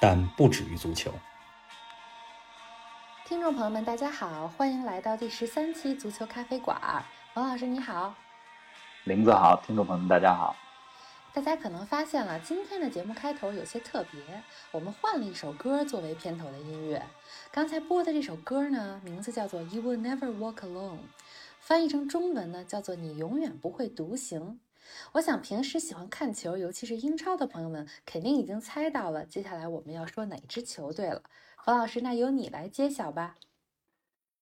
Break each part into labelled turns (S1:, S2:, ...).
S1: 但不止于足球。
S2: 听众朋友们，大家好，欢迎来到第十三期足球咖啡馆儿。王老师你好，
S3: 林子好，听众朋友们大家好。
S2: 大家可能发现了，今天的节目开头有些特别，我们换了一首歌作为片头的音乐。刚才播的这首歌呢，名字叫做《You Will Never Walk Alone》，翻译成中文呢叫做《你永远不会独行》。我想平时喜欢看球，尤其是英超的朋友们，肯定已经猜到了接下来我们要说哪支球队了。冯老师，哦那由你来揭晓吧。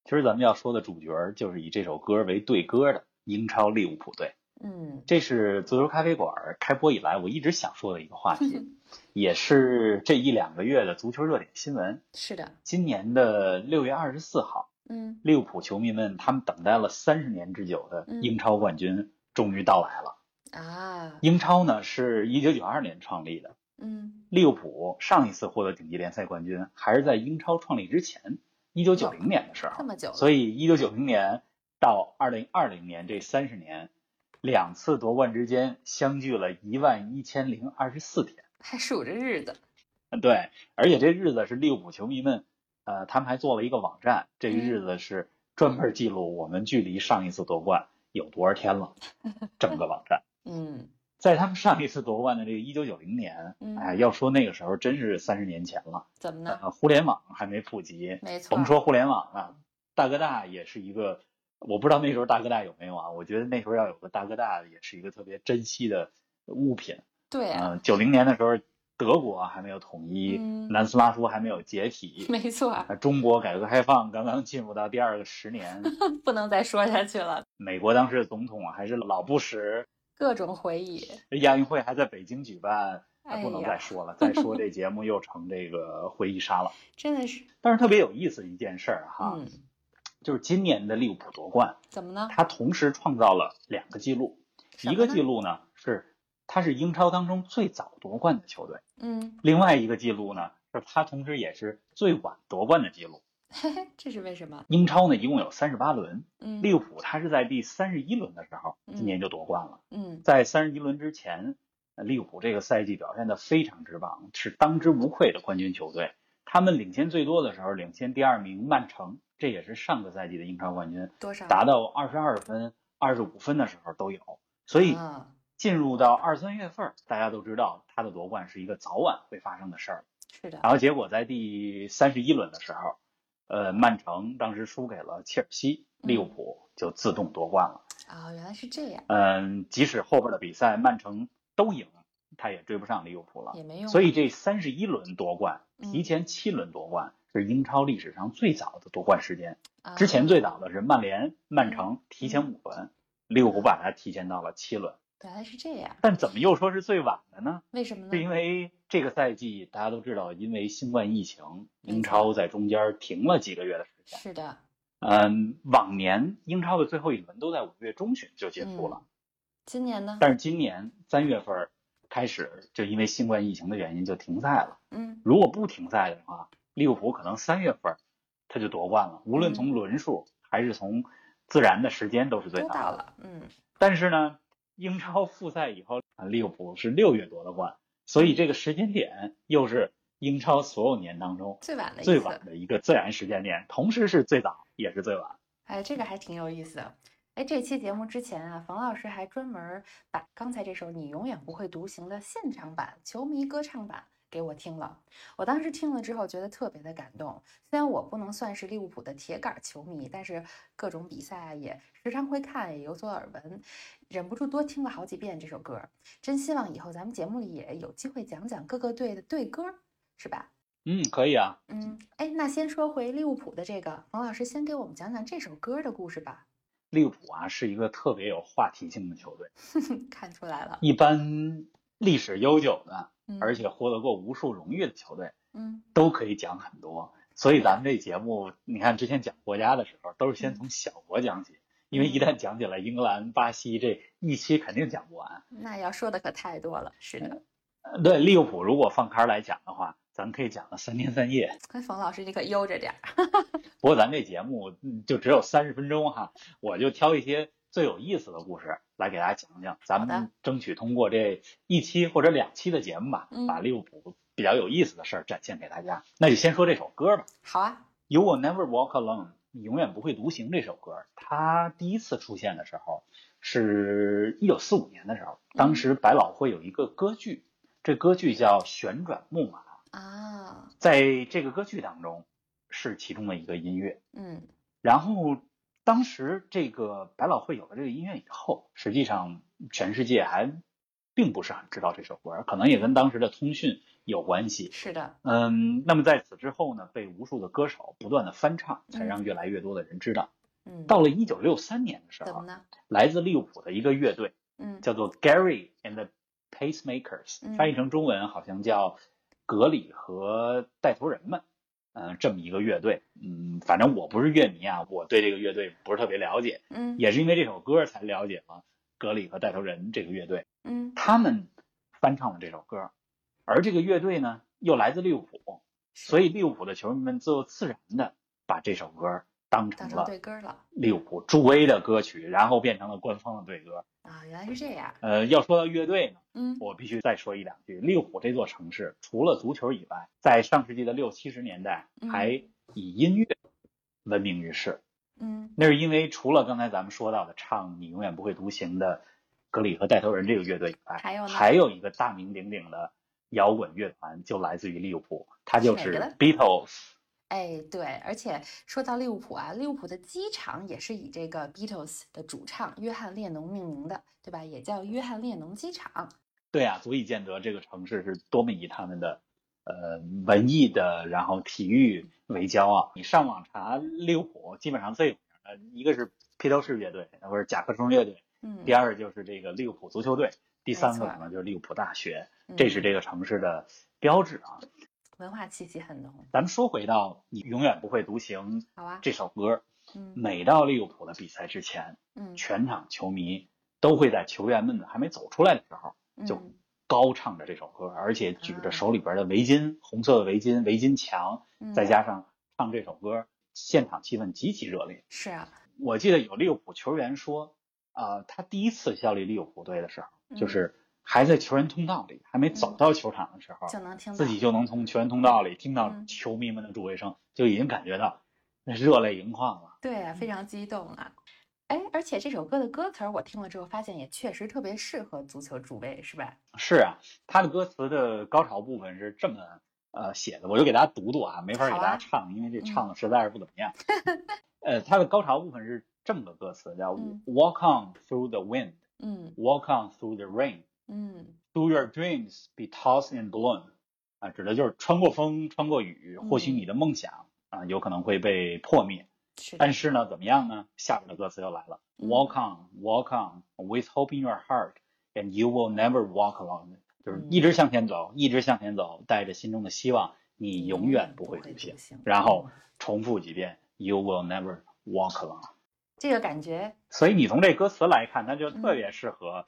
S3: 今儿咱们要说的主角儿就是以这首歌为对歌的英超利物浦队。
S2: 嗯
S3: 这是足球咖啡馆开播以来我一直想说的一个话题，也是这一两个月的足球热点新闻。
S2: 是的，
S3: 今年的六月二十四号，
S2: 嗯
S3: 利物浦球迷们他们等待了三十年之久的英超冠军终于到来了。
S2: 啊，
S3: 英超呢是一九九二年创立的，
S2: 嗯，
S3: 利物浦上一次获得顶级联赛冠军还是在英超创立之前，一九九零年的时候
S2: 这。么久了，
S3: 所以，一九九零年到二零二零年这三十年，两次夺冠之间相距了一万一千零二十四天。
S2: 还数着日子，
S3: 嗯对，而且这日子是利物浦球迷们，呃，他们还做了一个网站，这日子是专门记录我们距离上一次夺冠有多少天了，这么个网站。
S2: 嗯
S3: 在他们上一次夺冠的这个一九九零年，
S2: 嗯
S3: 哎，要说那个时候真是三十年前了，
S2: 怎么呢？
S3: 呃，互联网还没普及，
S2: 没错，
S3: 甭说互联网了，大哥大也是一个，我不知道那时候大哥大有没有啊？我觉得那时候要有个大哥大，也是一个特别珍惜的物品。
S2: 对啊，
S3: 嗯、九零年的时候，德国还没有统一，
S2: 嗯
S3: 南斯拉夫还没有解体，
S2: 没错，啊
S3: 呃中国改革开放刚刚进入到第二个十 年，
S2: 不能再说下去了，
S3: 美国当时的总统还是老布什，
S2: 各种回忆，
S3: 亚运会还在北京举办，
S2: 哎
S3: 呃不能
S2: 呀
S3: 再说了，再说这节目又成这个回忆杀了。
S2: 真的是，
S3: 但是特别有意思的一件事儿啊哈，
S2: 嗯，
S3: 就是今年的利物浦夺冠。
S2: 怎么呢？
S3: 他同时创造了两个记录，
S2: 什么
S3: 一
S2: 呢
S3: 个记，录呢是他是英超当中最早夺冠的球队，
S2: 嗯，
S3: 另外一个记录呢是他同时也是最晚夺冠的记录。
S2: 嘿嘿，这是为什么？
S3: 英超呢一共有三十八轮，
S2: 嗯，
S3: 利物浦他是在第三十一轮的时候，
S2: 嗯
S3: 今年就夺冠了。
S2: 嗯
S3: 在三十一轮之前，呃利物浦这个赛季表现的非常之棒，是当之无愧的冠军球队。他们领先最多的时候，领先第二名曼城，这也是上个赛季的英超冠军。
S2: 多少
S3: 达到二十二分、二十五分的时候都有。所以
S2: 啊，
S3: 进入到二三月份儿，大家都知道他的夺冠是一个早晚会发生的事儿。
S2: 是的，
S3: 然后结果在第三十一轮的时候，呃，曼城当时输给了切尔西，
S2: 嗯
S3: 利物浦就自动夺冠了。
S2: 啊，原来是这样，
S3: 嗯，即使后边的比赛曼城都赢，他也追不上利物浦了。
S2: 也没用，
S3: 啊所以这三十一轮夺冠，
S2: 嗯
S3: 提前七轮夺冠是英超历史上最早的夺冠时间。
S2: 啊嗯
S3: 之前最早的是曼联、曼城提前五轮，利物浦把它提前到了七轮。
S2: 原来是这样，
S3: 但怎么又说是最晚的呢？
S2: 为什么呢？
S3: 是因为这个赛季大家都知道，因为新冠疫情，
S2: 没错
S3: 英超在中间停了几个月的时间。
S2: 是的，
S3: 嗯，往年英超的最后一轮都在五月中旬就结束了，
S2: 嗯今年呢？
S3: 但是今年三月份开始，就因为新冠疫情的原因就停赛了。
S2: 嗯
S3: 如果不停赛的话，利物浦可能三月份他就夺冠了，无论
S2: 嗯
S3: 从轮数还是从自然的时间都是最
S2: 都到
S3: 大的。
S2: 了，嗯，
S3: 但是呢，英超复赛以后，啊利物浦是六月夺的冠，所以这个时间点又是英超所有年当中
S2: 最晚的一次，
S3: 最晚的一个自然时间点，同时是最早也是最晚。
S2: 哎，这个还挺有意思的。哎，这期节目之前啊，冯老师还专门把刚才这首《你永远不会独行》的现场版、球迷歌唱版给我听了。我当时听了之后，觉得特别的感动。虽然我不能算是利物浦的铁杆球迷，但是各种比赛啊也时常会看，也有所耳闻，忍不住多听了好几遍这首歌。真希望以后咱们节目里也有机会讲讲各个队的队歌，是吧？
S3: 嗯，可以啊。
S2: 嗯，哎，那先说回利物浦的这个，冯老师先给我们讲讲这首歌的故事吧。
S3: 利物浦啊是一个特别有话题性的球队，
S2: 看出来了，
S3: 一般历史悠久的
S2: 嗯
S3: 而且获得过无数荣誉的球队，
S2: 嗯
S3: 都可以讲很多。所以咱们这节目，你看之前讲国家的时候，都是先从小国讲起，因为一旦讲起来英格兰、巴西这一期肯定讲不完。
S2: 那要说的可太多了。是的，
S3: 呃对利物浦，如果放开来讲的话，咱可以讲个三天三夜。
S2: 跟冯老师你可悠着点儿。
S3: 不过咱这节目嗯就只有三十分钟哈，我就挑一些最有意思的故事来给大家讲讲。咱
S2: 好的
S3: 们争取通过这一期或者两期的节目吧，
S2: 嗯
S3: 把利物浦比较有意思的事儿展现给大家。那就先说这首歌吧，《
S2: 好啊，
S3: You Will Never Walk Alone》，你永远不会独行这首歌，它第一次出现的时候是一九四五年的时候，
S2: 嗯
S3: 当时百老汇有一个歌剧，这歌剧叫《旋转木马》，
S2: 啊，
S3: 在这个歌剧当中是其中的一个音乐。
S2: 嗯
S3: 然后当时这个百老汇有了这个音乐以后，实际上全世界还并不是很知道这首歌，可能也跟当时的通讯有关系。
S2: 是的，
S3: 嗯，那么在此之后呢，被无数的歌手不断的翻唱，才让越来越多的人知道。
S2: 嗯，
S3: 到了一九六三年的时
S2: 怎么
S3: 候，
S2: 呢？
S3: 来自利物浦的一个乐队
S2: 嗯，
S3: 叫做 Gary and the Pacemakers，、
S2: 嗯
S3: 翻译成中文好像叫格里和带头人们，嗯、这么一个乐队，嗯，反正我不是乐迷啊，我对这个乐队不是特别了解，
S2: 嗯
S3: 也是因为这首歌才了解了格里和带头人这个乐队，
S2: 嗯，
S3: 他们翻唱了这首歌，而这个乐队呢又来自利物浦，所以利物浦的球迷们就自然的把这首歌当
S2: 当
S3: 成
S2: 成
S3: 了
S2: 对歌儿了
S3: 利物浦助威的歌曲，然后变成了官方的队歌。
S2: 啊，原来是这样。
S3: 呃，要说到乐队呢。
S2: 嗯
S3: 我必须再说一两句。利物浦这座城市，除了足球以外，在上世纪的六七十年代
S2: 嗯
S3: 还以音乐闻名于世。
S2: 嗯
S3: 那是因为除了刚才咱们说到的唱《你永远不会独行》的格里和带头人这个乐队以外，
S2: 还有呢
S3: 还有一个大名鼎鼎的摇滚乐团就来自于利物浦，它就是
S2: 哪个呢
S3: Beatles。
S2: 哎，对，而且说到利物浦啊，利物浦的机场也是以这个 Beatles 的主唱约翰列侬命名的，对吧？也叫约翰列侬机场。
S3: 对啊，足以见得这个城市是多么以他们的呃文艺的，然后体育为骄傲。你上网查利物浦，基本上最有名的一个是披头士乐队，不是甲壳虫乐队，
S2: 嗯，
S3: 第二就是这个利物浦足球队，第三个
S2: 没错
S3: 可能就是利物浦大学，
S2: 嗯
S3: 这是这个城市的标志啊。
S2: 文化气息很浓。
S3: 咱们说回到你永远不会独行
S2: 好啊，
S3: 这首歌，
S2: 嗯
S3: 每到利物浦的比赛之前，
S2: 嗯
S3: 全场球迷都会在球员们还没走出来的时候。就
S2: 嗯
S3: 高唱着这首歌，而且举着手里边的围巾，红色的围巾，围巾墙，
S2: 嗯
S3: 再加上唱这首歌，现场气氛极其热烈。
S2: 是啊，
S3: 我记得有利物浦球员说，啊，他第一次效力利物浦队的时候，
S2: 嗯
S3: 就是还在球员通道里，还没走到球场的时候，
S2: 就能嗯听到
S3: 自己就能从球员通道里听到
S2: 嗯
S3: 球迷们的助威声，就已经感觉到那热泪盈眶了。
S2: 对啊，非常激动啊！哎，而且这首歌的歌词儿我听了之后，发现也确实特别适合足球助威，是吧？
S3: 是啊，他的歌词的高潮部分是这么呃写的，我就给大家读读啊，没法给大家唱，因为
S2: 嗯
S3: 这唱的实在是不怎么 样。呃，他的高潮部分是这么个歌词，叫
S2: 嗯
S3: Walk on through the wind,
S2: 嗯
S3: walk on through the rain,
S2: 嗯
S3: do your dreams be tossed and blown。啊，指的就是穿过风，穿过雨，或许
S2: 嗯
S3: 你的梦想啊、有可能会被破灭，
S2: 是的
S3: 但是呢，怎么样呢？下边的歌词又来了
S2: 嗯
S3: ，Walk on, walk on, with hope in your heart, and you will never walk alone。就是
S2: 嗯
S3: 一直向前走，一直向前走，带着心中的希望，你永远不会
S2: 不
S3: 独行。
S2: 行
S3: 然后
S2: 嗯
S3: 重复几遍，You will never walk alone。
S2: 这个感觉，
S3: 所以你从这歌词来看，它就特别适合，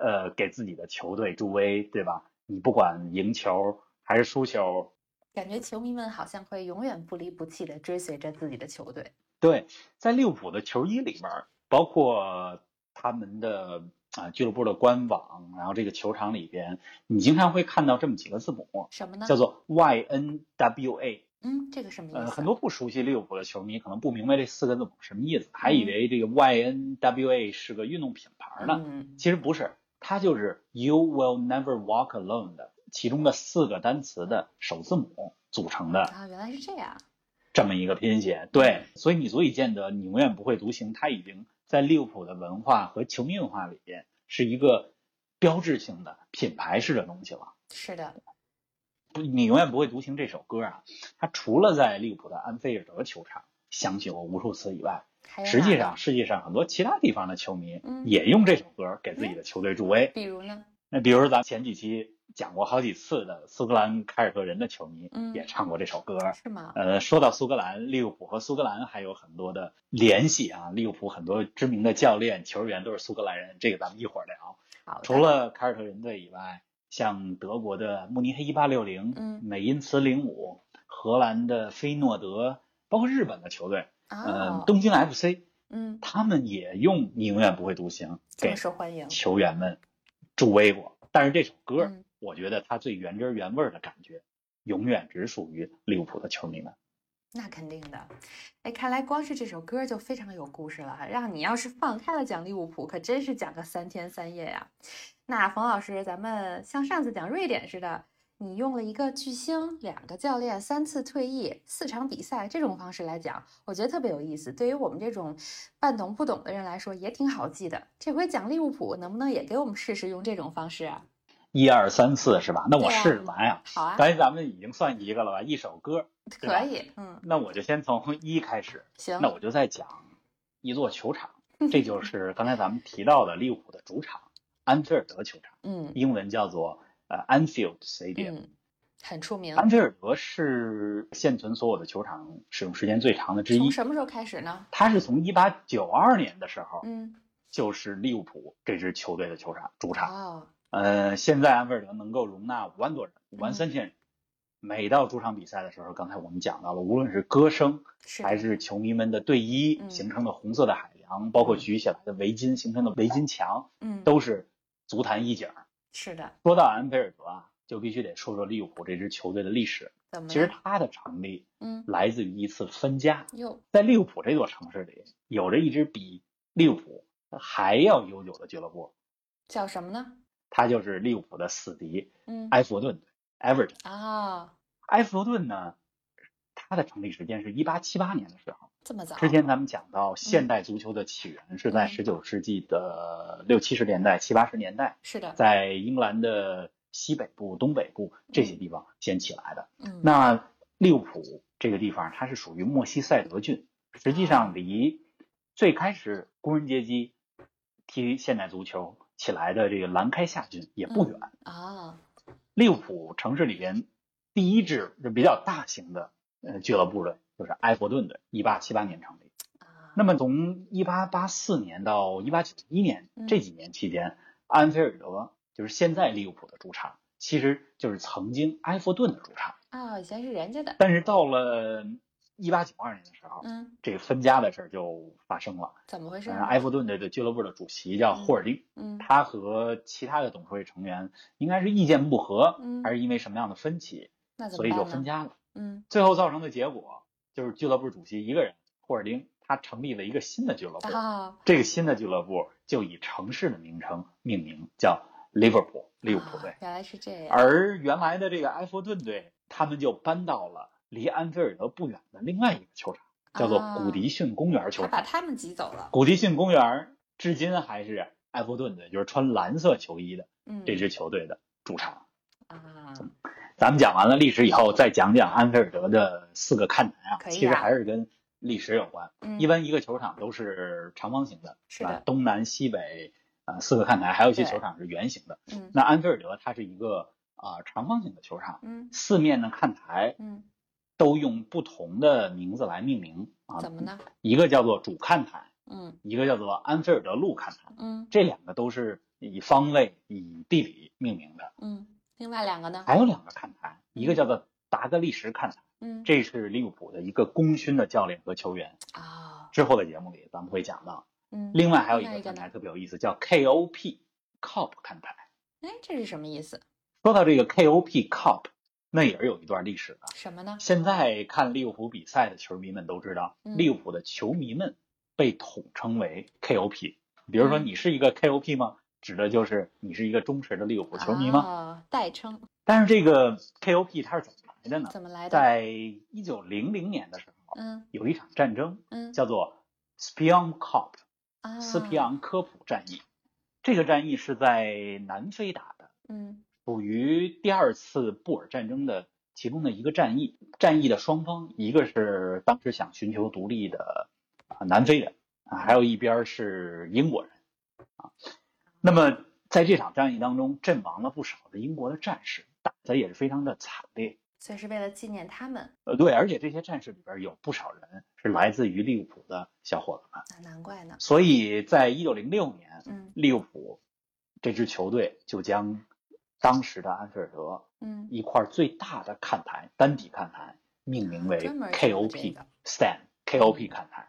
S3: 呃，给自己的球队助威，对吧？你不管赢球还是输球，
S2: 感觉球迷们好像会永远不离不弃的追随着自己的球队。
S3: 对，在利物浦的球衣里边儿，包括他们的啊、俱乐部的官网，然后这个球场里边，你经常会看到这么几个字母，
S2: 什么呢？
S3: 叫做 YNWA。
S2: 嗯，这个什么意思
S3: 呃，
S2: 啊？
S3: 很多不熟悉利物浦的球迷可能不明白这四个字母什么意思，还以为这个 YNWA 是个运动品牌呢。
S2: 嗯嗯
S3: 其实不是，它就是 You will never walk alone 的其中的四个单词的首字母组成的
S2: 啊，原来是这样。
S3: 这么一个拼写。对，所以你足以见得，你永远不会独行，它已经在利物浦的文化和球迷文化里边是一个标志性的品牌式的东西了。
S2: 是的，
S3: 不，你永远不会独行这首歌啊，它除了在利物浦的安菲尔德球场响起过无数次以外，
S2: 还有
S3: 实际
S2: 哪
S3: 上
S2: 呢，
S3: 世界上很多其他地方的球迷
S2: 哎嗯
S3: 也用这首歌给自己的球队助威。
S2: 比如呢？
S3: 那比如咱前几期讲过好几次的苏格兰凯尔特人的球迷
S2: 嗯
S3: 也唱过这首歌。
S2: 是吗？
S3: 呃，说到苏格兰，利物浦和苏格兰还有很多的联系啊。利物浦很多知名的教练、球员都是苏格兰人，这个咱们一会儿聊。
S2: 好的，
S3: 除了凯尔特人队以外，像德国的慕尼黑一八六零
S2: 嗯、
S3: 美因茨零五、荷兰的菲诺德，包括日本的球队，嗯、
S2: 啊，
S3: 东京 FC，
S2: 嗯，
S3: 他们也用“你永远不会独行”
S2: 这
S3: 给
S2: 么受欢迎，
S3: 球员们助威过。但是这首歌，
S2: 嗯
S3: 我觉得它最原汁儿原味儿的感觉，永远只属于利物浦的球迷们。
S2: 那肯定的。哎，看来光是这首歌就非常有故事了啊，让你要是放开了讲利物浦，可真是讲个三天三夜呀、那冯老师，咱们像上次讲瑞典似的，你用了一个巨星、两个教练、三次退役、四场比赛这种方式来讲，我觉得特别有意思。对于我们这种半懂不懂的人来说，也挺好记的。这回讲利物浦，能不能也给我们试试用这种方式啊？
S3: 一二三四是吧？那我
S2: 对啊
S3: 试着来啊。
S2: 好啊，
S3: 刚才咱们已经算一个了吧？一首歌，对吧
S2: 可以，嗯，
S3: 那我就先从一开始。
S2: 行，
S3: 那我就再讲一座球场，这就是刚才咱们提到的利物浦的主场安菲尔德球场，
S2: 嗯
S3: 英文叫做呃 Anfield Stadium。
S2: 嗯，很出名。
S3: 安菲尔德是现存所有的球场使用时间最长的之一
S2: 从。什么时候开始呢？
S3: 它是从一八九二年的时候，
S2: 嗯，
S3: 就是利物浦这支球队的球场主场。
S2: 哦，
S3: 呃，现在安菲尔德能够容纳五万多人，五万
S2: 嗯
S3: 三千人。每到主场比赛的时候，刚才我们讲到了，无论是歌声
S2: 是
S3: 还
S2: 的
S3: 是球迷们的队衣
S2: 嗯
S3: 形成的红色的海洋，包括
S2: 嗯
S3: 举起来的围巾形成的围巾墙，
S2: 嗯，
S3: 都是足坛一景儿。
S2: 是的。
S3: 说到安菲尔德啊，就必须得说说利物浦这支球队的历史。
S2: 怎么
S3: 其实
S2: 了
S3: 它的成立
S2: 嗯
S3: 来自于一次分家，
S2: 哟
S3: 在利物浦这座城市里，有着一支比利物浦还要悠久的俱乐部，
S2: 叫什么呢？
S3: 它就是利物浦的死敌
S2: 嗯
S3: 埃弗顿队 （Everton）。
S2: 啊，
S3: 埃弗顿呢，它的成立时间是1878年的时候。
S2: 这么早？
S3: 之前咱们讲到，现代足球的起源是在
S2: 嗯
S3: 19世纪的六七十年代、七八十年代，
S2: 是的，
S3: 在英格兰的西北部、东北部这些地方先起来的。
S2: 嗯，
S3: 那利物浦这个地方，它是属于莫西塞德郡，实际上离最开始工人阶级踢现代足球起来的这个兰开夏郡也不远。
S2: 啊，
S3: 利物浦城市里边第一支就比较大型的呃俱乐部的，就是埃弗顿的，一八七八年成立。
S2: 啊
S3: 那么从一八八四年到一八九一年
S2: 嗯
S3: 这几年期间，安菲尔德就是现在利物浦的主场，其实就是曾经埃弗顿的主场。
S2: 啊，以前是人家的，
S3: 但是到了一八九二年的时候，
S2: 嗯，
S3: 这个分家的事儿就发生了。
S2: 怎么回事
S3: 嗯，
S2: 呢？
S3: 埃弗顿的的俱乐部的主席叫霍尔丁，
S2: 嗯
S3: 他和其他的董事会成员应该是意见不合，
S2: 嗯
S3: 还是因为什么样的分歧，
S2: 那怎
S3: 所
S2: 么
S3: 以就
S2: 办
S3: 分
S2: 呢？
S3: 家了。
S2: 嗯，
S3: 最后造成的结果就是俱乐部主席一个人，霍尔丁他成立了一个新的俱乐部，
S2: 啊，
S3: 这个新的俱乐部就以城市的名称命名，叫 Liverpool 利物浦队
S2: 啊。原来是这样，
S3: 而原来的这个埃弗顿队，他们就搬到了离安菲尔德不远的另外一个球场，叫做古迪逊公园球
S2: 啊他
S3: 场。
S2: 把他们挤走了。
S3: 古迪逊公园至今还是埃弗顿队，就是穿蓝色球衣的
S2: 嗯，
S3: 这支球队的主场。
S2: 啊，
S3: 咱们讲完了历史以后，再讲讲安菲尔德的四个看台啊，
S2: 可以啊
S3: 其实还是跟历史有关。
S2: 嗯
S3: 一般一个球场都是长方形的，
S2: 是
S3: 吧
S2: 的？
S3: 东南西北呃四个看台，还有一些
S2: 对
S3: 球场是圆形的。
S2: 嗯
S3: 那安菲尔德它是一个啊、呃长方形的球场，
S2: 嗯
S3: 四面的看台
S2: 嗯，
S3: 都用不同的名字来命名啊，
S2: 怎么？呢？
S3: 一个叫做主看台，
S2: 嗯
S3: 一个叫做安菲尔德路看台，
S2: 嗯
S3: 这两个都是以方位、以地理命名的。
S2: 嗯，另外两个呢？
S3: 还有两个看台，一个
S2: 嗯
S3: 叫做达格利什看台，
S2: 嗯，
S3: 这是利物浦的一个功勋的教练和球员，
S2: 啊，
S3: 之后的节目里咱们会讲到。
S2: 嗯，
S3: 另外还有一
S2: 另外
S3: 个
S2: 一个
S3: 看
S2: 呢
S3: 台特别有意思，叫 KOP COP 看台。
S2: 哎，这是什么意思？
S3: 说到这个 KOP COP，那也是有一段历史的。
S2: 什么呢？
S3: 现在看利物浦比赛的球迷们都知道，
S2: 嗯
S3: 利物浦的球迷们被统称为 KOP。比如
S2: 嗯
S3: 说，你是一个 KOP 吗？指的就是你是一个忠实的利物浦球迷吗？
S2: 啊，代称
S3: 但是这个 KOP 它是怎么来的呢？
S2: 怎么来的？
S3: 在一九零零年的时候，
S2: 嗯
S3: 有一场战争
S2: 嗯，
S3: 叫做 Spion Cop
S2: 啊
S3: 斯皮昂科普战役。这个战役是在南非打的，
S2: 嗯
S3: 属于第二次布尔战争的其中的一个战役。战役的双方，一个是当时想寻求独立的啊南非人啊，还有一边是英国人啊。那么在这场战役当中，阵亡了不少的英国的战士，打的也是非常的惨烈。
S2: 所以是为了纪念他们，
S3: 呃，对，而且这些战士里边有不少人是来自于利物浦的小伙子们，
S2: 那啊难怪呢。
S3: 所以在一九零六年，
S2: 嗯
S3: 利物浦这支球队就将当时的安菲尔德
S2: 嗯，
S3: 一块最大的看台单体看台命名为
S2: 专门做这
S3: KOP
S2: 个嗯
S3: Stand KOP 看台，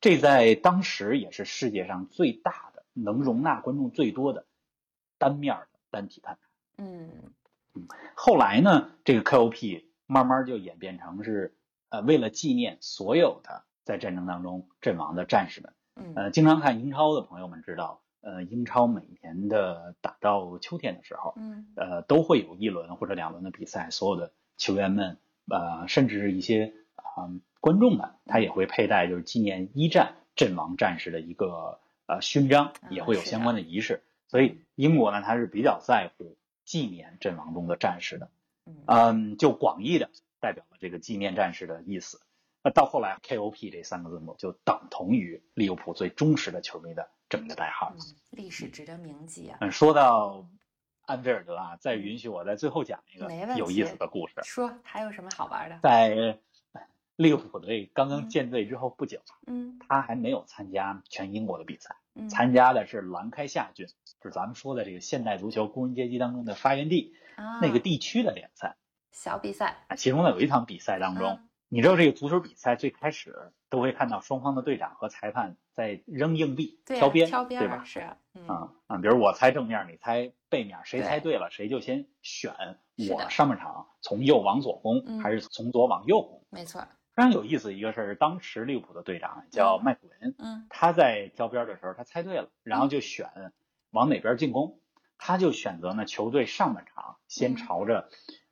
S3: 这在当时也是世界上最大的能容纳观众最多的单面儿的单体看台。
S2: 嗯
S3: 后来呢，这个 KOP 慢慢就演变成是，呃，为了纪念所有的在战争当中阵亡的战士们。
S2: 嗯
S3: 呃，经常看英超的朋友们知道，呃，英超每年的打到秋天的时候，
S2: 嗯
S3: 呃，都会有一轮或者两轮的比赛，所有的球员们，呃，甚至是一些啊、观众们，他也会佩戴就是纪念一战阵亡战士的一个呃勋章，也会有相关的仪式。所以英国呢，它是比较在乎纪念阵亡中的战士的，
S2: 嗯
S3: 嗯，就广义的代表了这个纪念战士的意思。那到后来，KOP 这三个字母就等同于利物浦最忠实的球迷的这么一个代号
S2: 嗯。，历史值得铭记啊。
S3: 嗯，说到安菲尔德啊，再允许我在最后讲一
S2: 没问
S3: 个
S2: 题
S3: 有意思的故事。
S2: 说还有什么好玩的？
S3: 在利物浦队刚
S2: 嗯
S3: 刚建队之后不久，
S2: 嗯
S3: 他还没有参加全英国的比赛，
S2: 嗯，
S3: 参加的是兰开夏郡，就是咱们说的这个现代足球工人阶级当中的发源地
S2: 啊
S3: 那个地区的联赛。
S2: 小比赛
S3: 啊其中呢有一场比赛当中，
S2: 嗯
S3: 你知道这个足球比赛最开始都会看到双方的队长和裁判在扔硬币、
S2: 对啊
S3: 挑边，
S2: 挑边
S3: 对
S2: 儿
S3: 吧？
S2: 是啊嗯
S3: 啊啊，比如我猜正面，你猜背面，谁猜
S2: 对
S3: 对了，谁就先选
S2: 是的
S3: 我上半场从右往左
S2: 嗯
S3: 攻，还是从左往右攻？
S2: 没错儿
S3: 非常有意思一个事儿，当时利物浦的队长叫麦古文，
S2: 嗯
S3: 他在挑边儿的时候，他猜对了，然后就选往哪边进攻，他就选择呢球队上半场
S2: 嗯
S3: 先朝着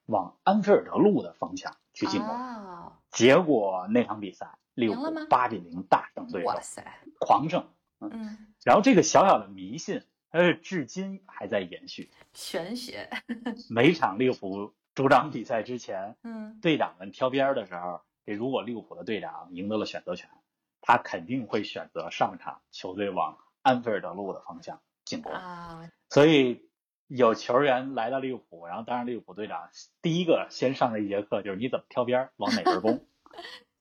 S3: 往安菲尔德路的方向去进攻，
S2: 哦
S3: 结果那场比赛利物
S2: 赢了
S3: 浦
S2: 吗
S3: 八比零大胜对手
S2: 哇，塞
S3: 狂胜。
S2: 嗯
S3: 然后这个小小的迷信，它是至今还在延续。
S2: 玄学
S3: 每场利物浦主场比赛之前，
S2: 嗯
S3: 队长们挑边儿的时候，这如果利物浦的队长赢得了选择权，他肯定会选择上场球队往安菲尔德路的方向进攻。
S2: 啊
S3: 所以有球员来到利物浦，然后当然利物浦队长第一个先上的一节课就是你怎么挑边儿，往哪边儿攻。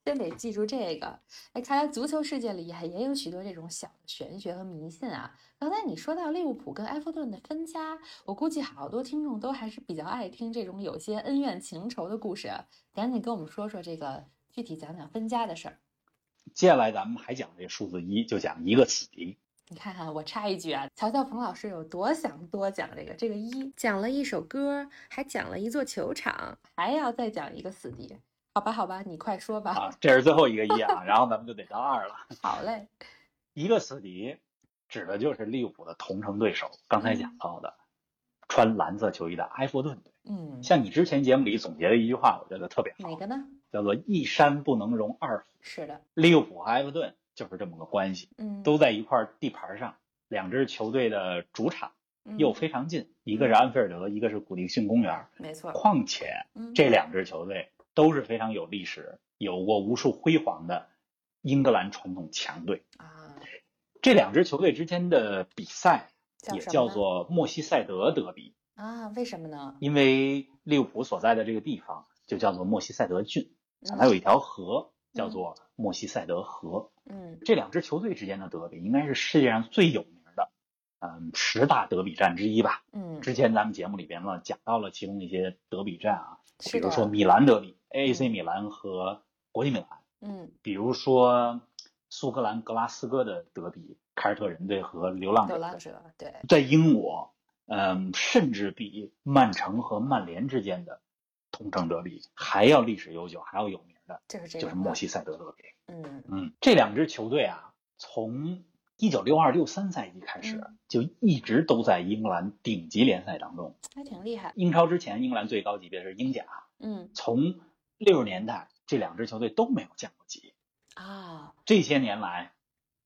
S2: 真得记住这个。哎，看来足球世界里还也有许多这种小的玄学和迷信啊。刚才你说到利物浦跟埃弗顿的分家，我估计好多听众都还是比较爱听这种有些恩怨情仇的故事啊。赶紧跟我们说说这个，具体讲讲分家的事儿。
S3: 接下来咱们还讲这个数字一，就讲一个死敌。
S2: 你看看，我插一句啊，瞧瞧彭老师有多想多讲这个这个一，讲了一首歌，还讲了一座球场，还要再讲一个死敌。好吧，好吧，你快说吧。
S3: 啊，这是最后一个一啊，然后咱们就得到二了。
S2: 好嘞，
S3: 一个死敌指的就是利物浦的同城对手，刚才讲到的穿蓝色球衣的埃弗顿队。
S2: 嗯，
S3: 像你之前节目里总结的一句话，我觉得特别
S2: 哪
S3: 好，
S2: 个呢？
S3: 叫做“一山不能容二虎
S2: 是的，”。
S3: 利物浦和埃弗顿就是这么个关系，
S2: 嗯，
S3: 都在一块地盘上，两支球队的主场
S2: 嗯
S3: 又非常近，一个是安菲尔德，一个是古迪逊公园。
S2: 没错，
S3: 况且
S2: 嗯
S3: 这两支球队都是非常有历史、有过无数辉煌的英格兰传统强队。
S2: 啊
S3: 这两支球队之间的比赛
S2: 叫
S3: 也
S2: 什么
S3: 叫
S2: 呢
S3: 做莫西塞德德比，
S2: 啊，为什么呢？
S3: 因为利物浦所在的这个地方就叫做莫西塞德郡，
S2: 嗯
S3: 啊它有一条河
S2: 嗯
S3: 叫做莫西塞德河。
S2: 嗯
S3: 这两支球队之间的德比应该是世界上最有名的，嗯，十大德比战之一吧。
S2: 嗯，
S3: 之前咱们节目里边呢讲到了其中一些德比战啊，比
S2: 是
S3: 如
S2: 的，
S3: 说米兰德比、
S2: 嗯
S3: AC 米兰和国际米兰，
S2: 嗯，
S3: 比如说苏格兰格拉斯哥的德比，凯尔特人队和流浪
S2: 流
S3: 者
S2: 浪
S3: 队。
S2: 者对，
S3: 在英国，嗯，甚至比曼城和曼联之间的同城德比还要历史悠久，还要有名的，
S2: 就是这
S3: 就
S2: 个
S3: 是莫西塞德德比。
S2: 嗯
S3: 嗯，这两支球队啊，从一九六二六三赛季开始
S2: 嗯，
S3: 就一直都在英格兰顶级联赛当中。
S2: 还挺厉害，
S3: 英超之前，英格兰最高级别是英甲，
S2: 嗯
S3: 从六十年代这两支球队都没有降过级。
S2: 啊
S3: 这些年来，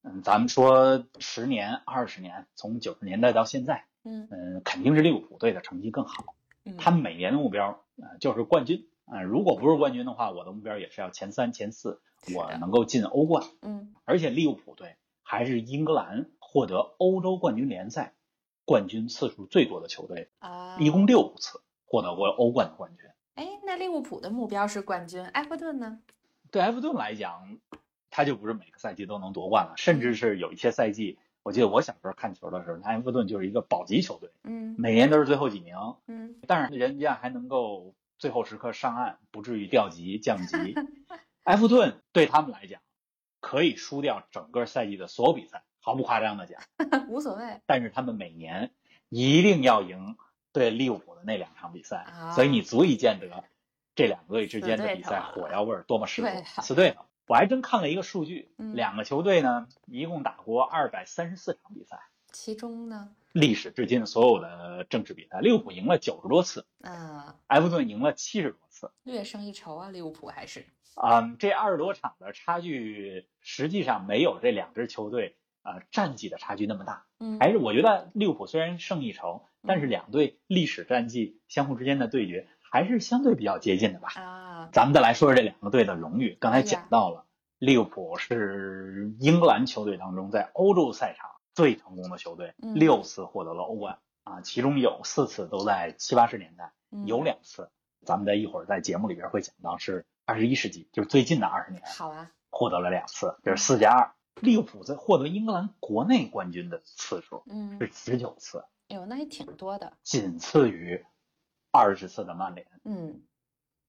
S3: 嗯，咱们说十年、二十年，从九十年代到现在，
S2: 嗯
S3: 嗯，肯定是利物浦队的成绩更好。
S2: 嗯，
S3: 他们每年的目标，呃，就是冠军。啊、如果不是冠军的话，我的目标也是要前三、前四，
S2: 是
S3: 我
S2: 的
S3: 能够进欧冠。
S2: 嗯
S3: 而且利物浦队还是英格兰获得欧洲冠军联赛冠军次数最多的球队，
S2: 啊，
S3: 一共六次获得过欧冠的冠军。
S2: 哎，那利物浦的目标是冠军，埃弗顿呢？
S3: 对埃弗顿来讲，他就不是每个赛季都能夺冠了，甚至是有一些赛季，我记得我小时候看球的时候，埃弗顿就是一个保级球队，
S2: 嗯
S3: 每年都是最后几名，
S2: 嗯，
S3: 但是人家还能够最后时刻上岸，不至于掉级降级。埃弗顿对他们来讲，可以输掉整个赛季的所有比赛，毫不夸张的讲，
S2: 无所谓。
S3: 但是他们每年一定要赢对利物浦的那两场比赛，
S2: 啊
S3: 所以你足以见得这两队之间
S2: 死
S3: 的
S2: 对
S3: 比
S2: 头
S3: 赛
S2: 啊
S3: 火药味儿多么十足
S2: 对啊。
S3: 死对头，我还真看了一个数据，
S2: 嗯
S3: 两个球队呢一共打过二百三十四场比赛，
S2: 其中呢，
S3: 历史至今所有的正式比赛，利物浦赢了九十多次，
S2: 啊，
S3: 埃弗顿赢了七十多次。
S2: 略胜一筹啊，利物浦还是
S3: 嗯，这二十多场的差距实际上没有这两支球队呃战绩的差距那么大。
S2: 嗯，
S3: 还是我觉得利物浦虽然胜一筹，但是两队历史战绩相互之间的对决还是相对比较接近的吧。
S2: 啊，
S3: 咱们再来说说这两个队的荣誉，刚
S2: 哎
S3: 才
S2: 呀
S3: 讲到了，利物浦是英格兰球队当中在欧洲赛场最成功的球队，
S2: 嗯
S3: 六次获得了欧冠啊，其中有四次都在七八十年代，
S2: 嗯
S3: 有两次咱们在一会儿在节目里边会讲到是二十一世纪，就是最近的二十年
S2: 好啊，
S3: 获得了两次，这是四加二。利物浦在获得英格兰国内冠军的次数
S2: 嗯
S3: 是，十九次，
S2: 哎呦，那也挺多的，
S3: 仅次于二十次的曼联。
S2: 嗯，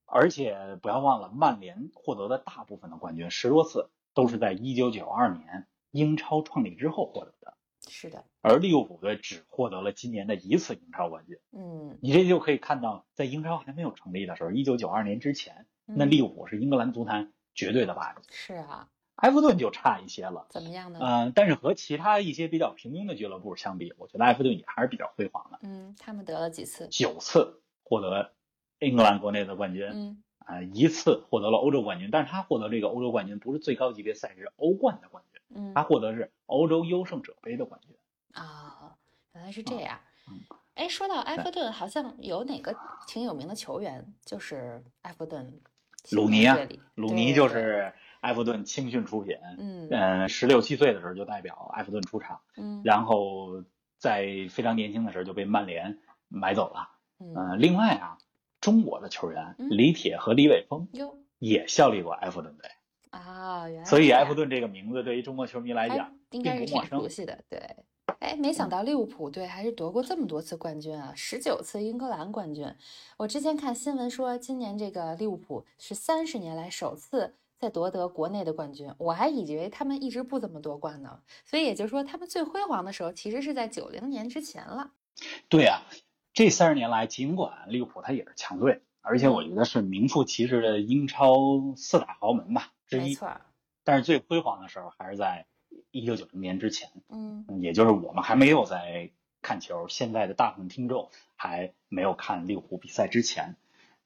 S3: 而且不要忘了，曼联获得的大部分的冠军十多次都是在一九九二年英超创立之后获得的，
S2: 是的，
S3: 而利物浦队只获得了今年的一次英超冠军。
S2: 嗯，
S3: 你这就可以看到，在英超还没有成立的时候，一九九二年之前，那
S2: 嗯
S3: 利物浦是英格兰足坛绝对的霸主。
S2: 是啊，
S3: 埃弗顿就差一些了，
S2: 怎么样呢？
S3: 嗯，但是和其他一些比较平庸的俱乐部相比，我觉得埃弗顿也还是比较辉煌的，
S2: 嗯，他们得了几次？
S3: 九次获得英格兰国内的冠军，
S2: 嗯，
S3: 啊，一次获得了欧洲冠军，但是他获得这个欧洲冠军不是最高级别赛事欧冠的冠军，
S2: 嗯
S3: 他获得是欧洲优胜者杯的冠军。
S2: 啊，原来是这
S3: 啊
S2: 样
S3: 嗯。
S2: 哎，说到埃
S3: 对
S2: 弗顿，好像有哪个挺有名的球员，就是埃弗顿
S3: 鲁
S2: 青
S3: 尼
S2: 年
S3: 啊
S2: 队里，
S3: 鲁
S2: 对
S3: 尼
S2: 对
S3: 就
S2: 对
S3: 是埃弗顿青训出品，
S2: 嗯
S3: 嗯，十六七岁的时候就代表埃弗顿出场，
S2: 嗯
S3: 然后在非常年轻的时候就被曼联买走了。
S2: 嗯
S3: 嗯，另外啊，中国的球员
S2: 嗯
S3: 李铁和李玮峰
S2: 哟
S3: 也效力过埃弗顿队，
S2: 啊，原来
S3: 所
S2: 是
S3: 以
S2: 这
S3: 埃
S2: 样
S3: 弗顿这个名字对于中国球迷来
S2: 还
S3: 讲，
S2: 哎应
S3: 并
S2: 该
S3: 不
S2: 是
S3: 陌
S2: 挺熟
S3: 生嗯
S2: 悉的，对。哎，没想到利物浦队还是夺过这么多次冠军啊，十九次英格兰冠军。我之前看新闻说，今年这个利物浦是三十年来首次再夺得国内的冠军，我还以为他们一直不怎么夺冠呢。所以也就是说，他们最辉煌的时候其实是在九零年之前了。
S3: 对啊，这三十年来，尽管利物浦他也是强队，而且我觉得是名副其实的英超四大豪门吧之
S2: 没
S3: 一。
S2: 错儿，
S3: 但是最辉煌的时候还是在一九九零年之前，
S2: 嗯
S3: 嗯也就是我们还没有在看球，现在的大部分听众还没有看利物浦比赛之前。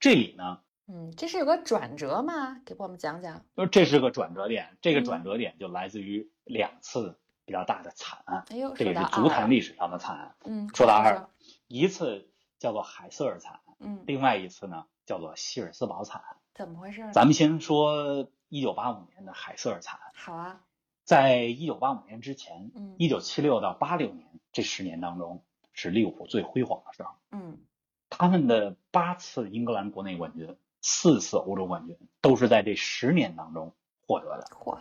S3: 这里呢，
S2: 嗯，这是有个转折吗？给我们讲讲。
S3: 就是这是个转折点，这个
S2: 嗯
S3: 转折点就来自于两次比较大的惨案，
S2: 哎呦，
S3: 这
S2: 说
S3: 也
S2: 到
S3: 是
S2: 二
S3: 足坛
S2: 了，
S3: 历史上的惨案。
S2: 嗯，
S3: 说到
S2: 快
S3: 二，一次叫做海瑟尔惨案。
S2: 嗯，
S3: 另外一次呢叫做希尔斯堡惨。
S2: 怎么回事儿呢？
S3: 咱们先说一九八五年的海瑟尔惨，
S2: 好啊，
S3: 在一九八五年之前，
S2: 嗯
S3: 一九七六到八六年这十年当中是利物浦最辉煌的时候，
S2: 嗯
S3: 他们的八次英格兰国内冠军，四次欧洲冠军都是在这十年当中获得的。
S2: 嚯，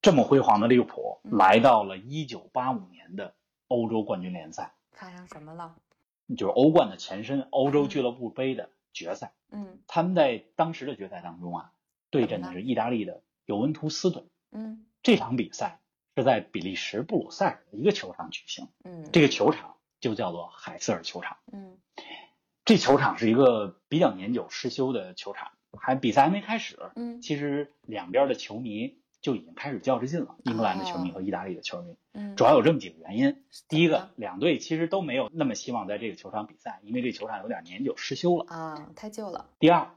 S3: 这么辉煌的利物浦
S2: 嗯
S3: 来到了一九八五年的欧洲冠军联赛，
S2: 发生什么了？
S3: 就是欧冠的前身欧洲俱乐部杯的决赛。
S2: 嗯
S3: 他们在当时的决赛当中啊，对阵的
S2: 怎么
S3: 是意大利的尤文图斯队。
S2: 嗯
S3: 这场比赛是在比利时布鲁塞尔的一个球场举行，
S2: 嗯，
S3: 这个球场就叫做海瑟尔球场。
S2: 嗯
S3: 这球场是一个比较年久失修的球场，还比赛还没开始，
S2: 嗯
S3: 其实两边的球迷就已经开始较着劲了，英格兰的球迷和意大利的球迷。
S2: 嗯，
S3: 主要有这么几个原因：第一
S2: 哦怎么
S3: 个
S2: 了，
S3: 两队其实都没有那么希望在这个球场比赛，因为这球场有点年久失修了。
S2: 啊，太旧了，
S3: 第二，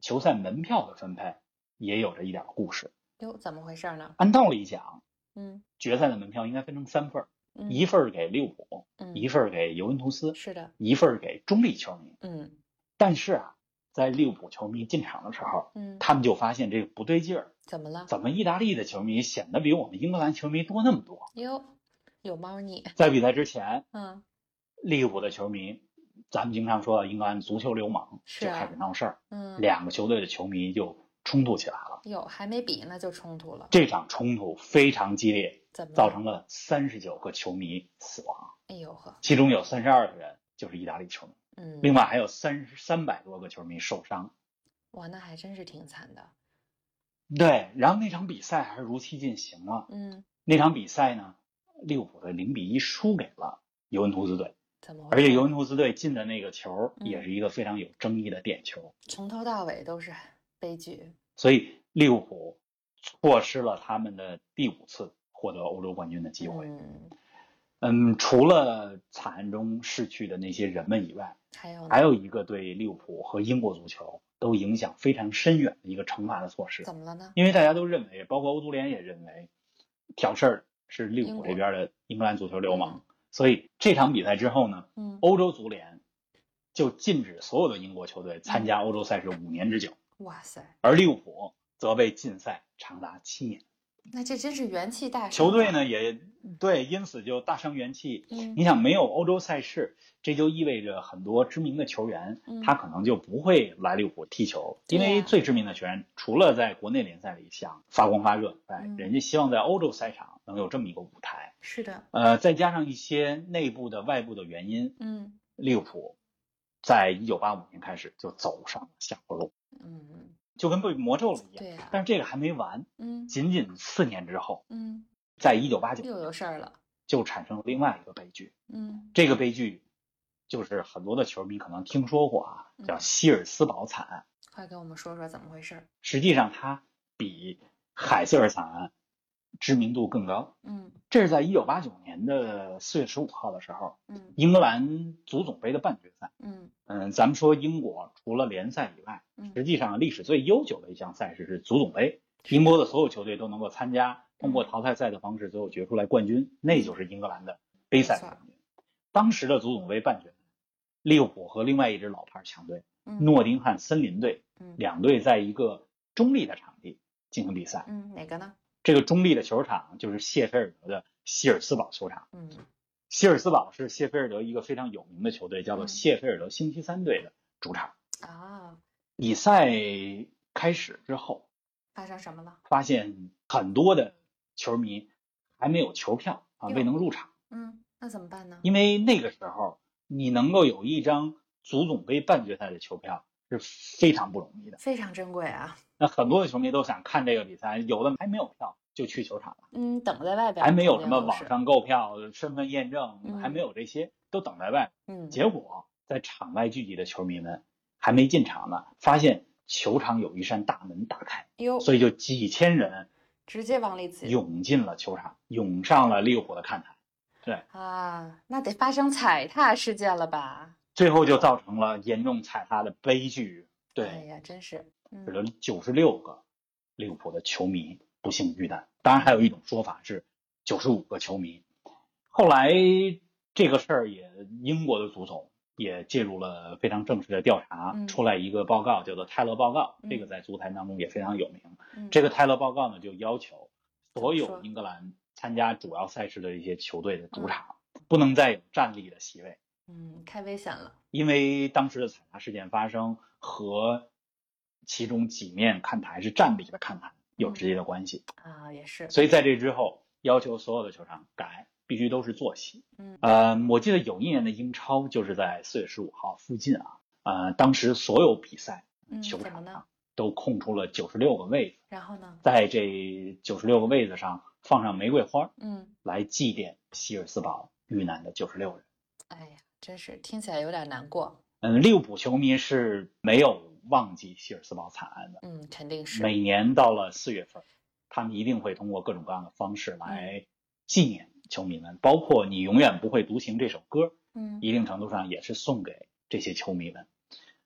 S3: 球赛门票的分配也有着一点故事。
S2: 哟，怎么回事儿呢？
S3: 按道理讲，
S2: 嗯
S3: 决赛的门票应该分成三份儿，
S2: 嗯
S3: 一份儿给利物浦，
S2: 嗯
S3: 一份儿给尤文图斯，
S2: 是的，
S3: 一份儿给中立球迷。
S2: 嗯
S3: 但是啊，在利物浦球迷进场的时候，
S2: 嗯，
S3: 他们就发现这个不对劲儿，
S2: 怎么了？
S3: 怎么意大利的球迷显得比我们英格兰球迷多那么多？
S2: 哟，有猫腻，
S3: 在比赛之前，
S2: 嗯
S3: 利物浦的球迷，咱们经常说英格兰足球流氓
S2: 是
S3: 就
S2: 啊
S3: 开始闹事儿，
S2: 嗯，
S3: 两个球队的球迷就冲突起来了。
S2: 有还没比呢就冲突了，
S3: 这场冲突非常激烈，
S2: 怎么
S3: 造
S2: 了
S3: 成了三十九个球迷死亡，
S2: 哎呦呵，
S3: 其中有三十二个人就是意大利球迷，
S2: 嗯，
S3: 另外还有三三百多个球迷受伤。
S2: 哇，那还真是挺惨的，
S3: 对，然后那场比赛还是如期进行了。
S2: 嗯，
S3: 那场比赛呢，利物浦队零比一输给了尤文图斯队，
S2: 怎么
S3: 而
S2: 回
S3: 且
S2: 事？
S3: 尤文图斯队进的那个球
S2: 嗯
S3: 也是一个非常有争议的点球，
S2: 从头到尾都是悲剧，
S3: 所以利物浦错失了他们的第五次获得欧洲冠军的机会。
S2: 嗯，
S3: 嗯，除了惨案中逝去的那些人们以外，
S2: 还有呢
S3: 还有一个对利物浦和英国足球都影响非常深远的一个惩罚的措施，
S2: 怎么了呢？
S3: 因为大家都认为，包括欧足联也认为，挑事儿是利物浦这边的英格兰足球流氓，所以这场比赛之后呢，
S2: 嗯，
S3: 欧洲足联就禁止所有的英国球队参
S2: 嗯
S3: 加欧洲赛事五年之久，
S2: 哇塞，
S3: 而利物浦则被禁赛长达七年。
S2: 那这真是元气大伤
S3: 球队
S2: 啊？
S3: 呢也对，因此就大伤元气。
S2: 嗯
S3: 你想，没有欧洲赛事，这就意味着很多知名的球员，
S2: 嗯
S3: 他可能就不会来利物浦踢球，
S2: 对
S3: 因
S2: 呀
S3: 为最知名的球员，除了在国内联赛里想发光发热以外，
S2: 嗯
S3: 人家希望在欧洲赛场能有这么一个舞台。
S2: 是的，
S3: 呃，再加上一些内部的、外部的原因，
S2: 嗯
S3: 利物浦在一九八五年开始就走上了下坡路，
S2: 嗯，
S3: 就跟被魔咒了一样。
S2: 对啊呀，
S3: 但是这个还没完，
S2: 嗯
S3: 仅仅四年之后，
S2: 嗯，
S3: 在一九八九
S2: 又有事儿了，
S3: 就产生了另外一个悲剧。
S2: 嗯，
S3: 这个悲剧，就是很多的球迷可能听说过啊，叫
S2: 嗯
S3: 希尔斯堡惨案。
S2: 快给我们说说怎么回事儿？
S3: 实际上，它比海瑟尔惨案知名度更高。
S2: 嗯
S3: 这是在一九八九年的四月十五号的时候，
S2: 嗯
S3: 英格兰足总杯的半决赛。
S2: 嗯
S3: 嗯，咱们说英国除了联赛以外，实
S2: 嗯，
S3: 际上历史最悠久的一项赛事是足总杯，英国的所有球队都能够参加，通
S2: 嗯
S3: 过淘汰赛的方式最后决出来冠军，那就是英格兰的杯赛冠军。当时的足总杯半决赛，利物浦和另外一支老牌强队
S2: 嗯
S3: 诺丁汉森林队
S2: 嗯
S3: 两队在一个中立的场地进行比赛，
S2: 嗯哪个呢？
S3: 这个中立的球场就是谢菲尔德的希尔斯堡球场。
S2: 嗯
S3: 希尔斯堡是谢菲尔德一个非常有名的球队，叫做
S2: 嗯
S3: 谢菲尔德星期三队的主场。
S2: 啊，
S3: 比赛开始之后，
S2: 发生什么了？
S3: 发现很多的球迷还没有球票啊，
S2: 哟
S3: 未能入场，
S2: 嗯，那怎么办呢？
S3: 因为那个时候你能够有一张足总杯半决赛的球票是非常不容易的。
S2: 非常珍贵啊，
S3: 那很多的球迷都想看这个比赛，有的还没有票就去球场了，
S2: 嗯，等在外边儿
S3: 还没有
S2: 肯定
S3: 什么
S2: 都是
S3: 网，上购票、身份验证
S2: 嗯，
S3: 还没有这些，都等在外。
S2: 嗯，
S3: 结果在场外聚集的球迷们还没进场呢，发现球场有一扇大门打开，
S2: 哟，
S3: 所以就几千人
S2: 直接往里挤
S3: 涌进了球场，涌上了利物浦的看台，
S2: 啊，那得发生踩踏事件了吧？
S3: 最后就造成了严重踩踏的悲剧。
S2: 哎
S3: 对，
S2: 呀，真是，
S3: 使
S2: 嗯
S3: 得九十六个利物浦的球迷不幸遇难。当然，还有一种说法是九十五个球迷。后来这个事儿也，英国的足总也介入了非常正式的调查，
S2: 嗯
S3: 出来一个报告，叫做泰勒报告。
S2: 嗯
S3: 这个在足坛当中也非常有名。
S2: 嗯，
S3: 这个泰勒报告呢，就要求所
S2: 怎么
S3: 有
S2: 说
S3: 英格兰参加主要赛事的一些球队的主场不能再有站立的席位，
S2: 嗯，太危险了，
S3: 因为当时的踩踏事件发生和其中几面看台是站立的看台有直接的关系，
S2: 啊，也是，
S3: 所以在这之后，要求所有的球场改，必须都是坐席。
S2: 嗯
S3: 呃，我记得有一年的英超就是在四月十五号附近啊，呃，当时所有比赛
S2: 嗯，
S3: 球
S2: 怎么
S3: 场
S2: 呢
S3: 上？都空出了九十六个位置。
S2: 然后呢？
S3: 在这九十六个位子上放上玫瑰花，
S2: 嗯，
S3: 来祭奠希尔斯堡遇难的九十六人。
S2: 哎呀，真是听起来有点难过，
S3: 嗯，利物浦球迷是没有忘记希尔斯堡惨案的。
S2: 嗯，肯定是，
S3: 每年到了四月份，他们一定会通过各种各样的方式
S2: 嗯
S3: 来纪念球迷们，包括《你永远不会独行》这首歌，
S2: 嗯
S3: 一定程度上也是送给这些球迷们。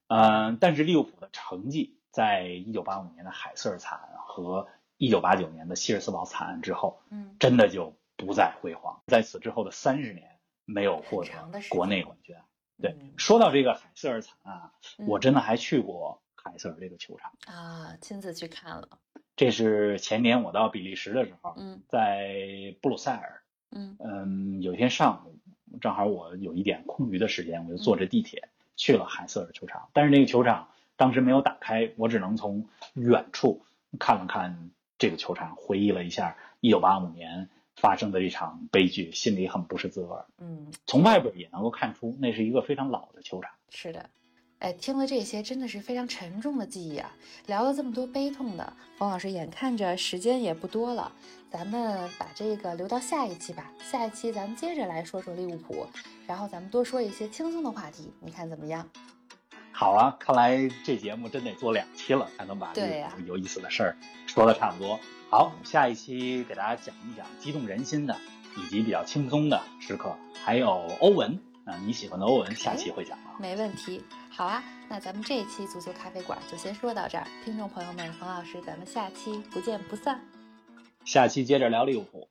S3: 嗯，但是利物浦的成绩在1985年的海瑟尔惨案和1989年的希尔斯堡惨案之后，
S2: 嗯，
S3: 真的就不再辉煌。在此之后的三十年，没有获得
S2: 很长的时间
S3: 国内冠军。对
S2: 嗯，
S3: 说到这个海瑟尔惨案啊，
S2: 嗯
S3: 我真的还去过海瑟尔这个球场。
S2: 啊，亲自去看了，
S3: 这是前年我到比利时的时候，
S2: 嗯
S3: 在布鲁塞尔，
S2: 嗯
S3: 嗯，有一天上午正好我有一点空余的时间，我就坐着地铁去了海瑟尔球场。但是那个球场当时没有打开，我只能从远处看了看这个球场，回忆了一下1985年发生的这场悲剧，心里很不是滋味儿。
S2: 嗯，
S3: 从外边也能够看出，那是一个非常老的球场。
S2: 是的。哎，听了这些真的是非常沉重的记忆啊！聊了这么多悲痛的，冯老师眼看着时间也不多了，咱们把这个留到下一期吧。下一期咱们接着来说说利物浦，然后咱们多说一些轻松的话题，你看怎么样？
S3: 好啊，看来这节目真得做两期了，才能把这
S2: 对呀
S3: 有意思的事儿说的差不多。好，下一期给大家讲一讲激动人心的，以及比较轻松的时刻，还有欧文啊，你喜欢的欧文，下期会讲啊。
S2: 没问题。好啊，那咱们这一期足球咖啡馆就先说到这儿，听众朋友们，冯老师，咱们下期不见不散。
S3: 下期接着聊利物浦。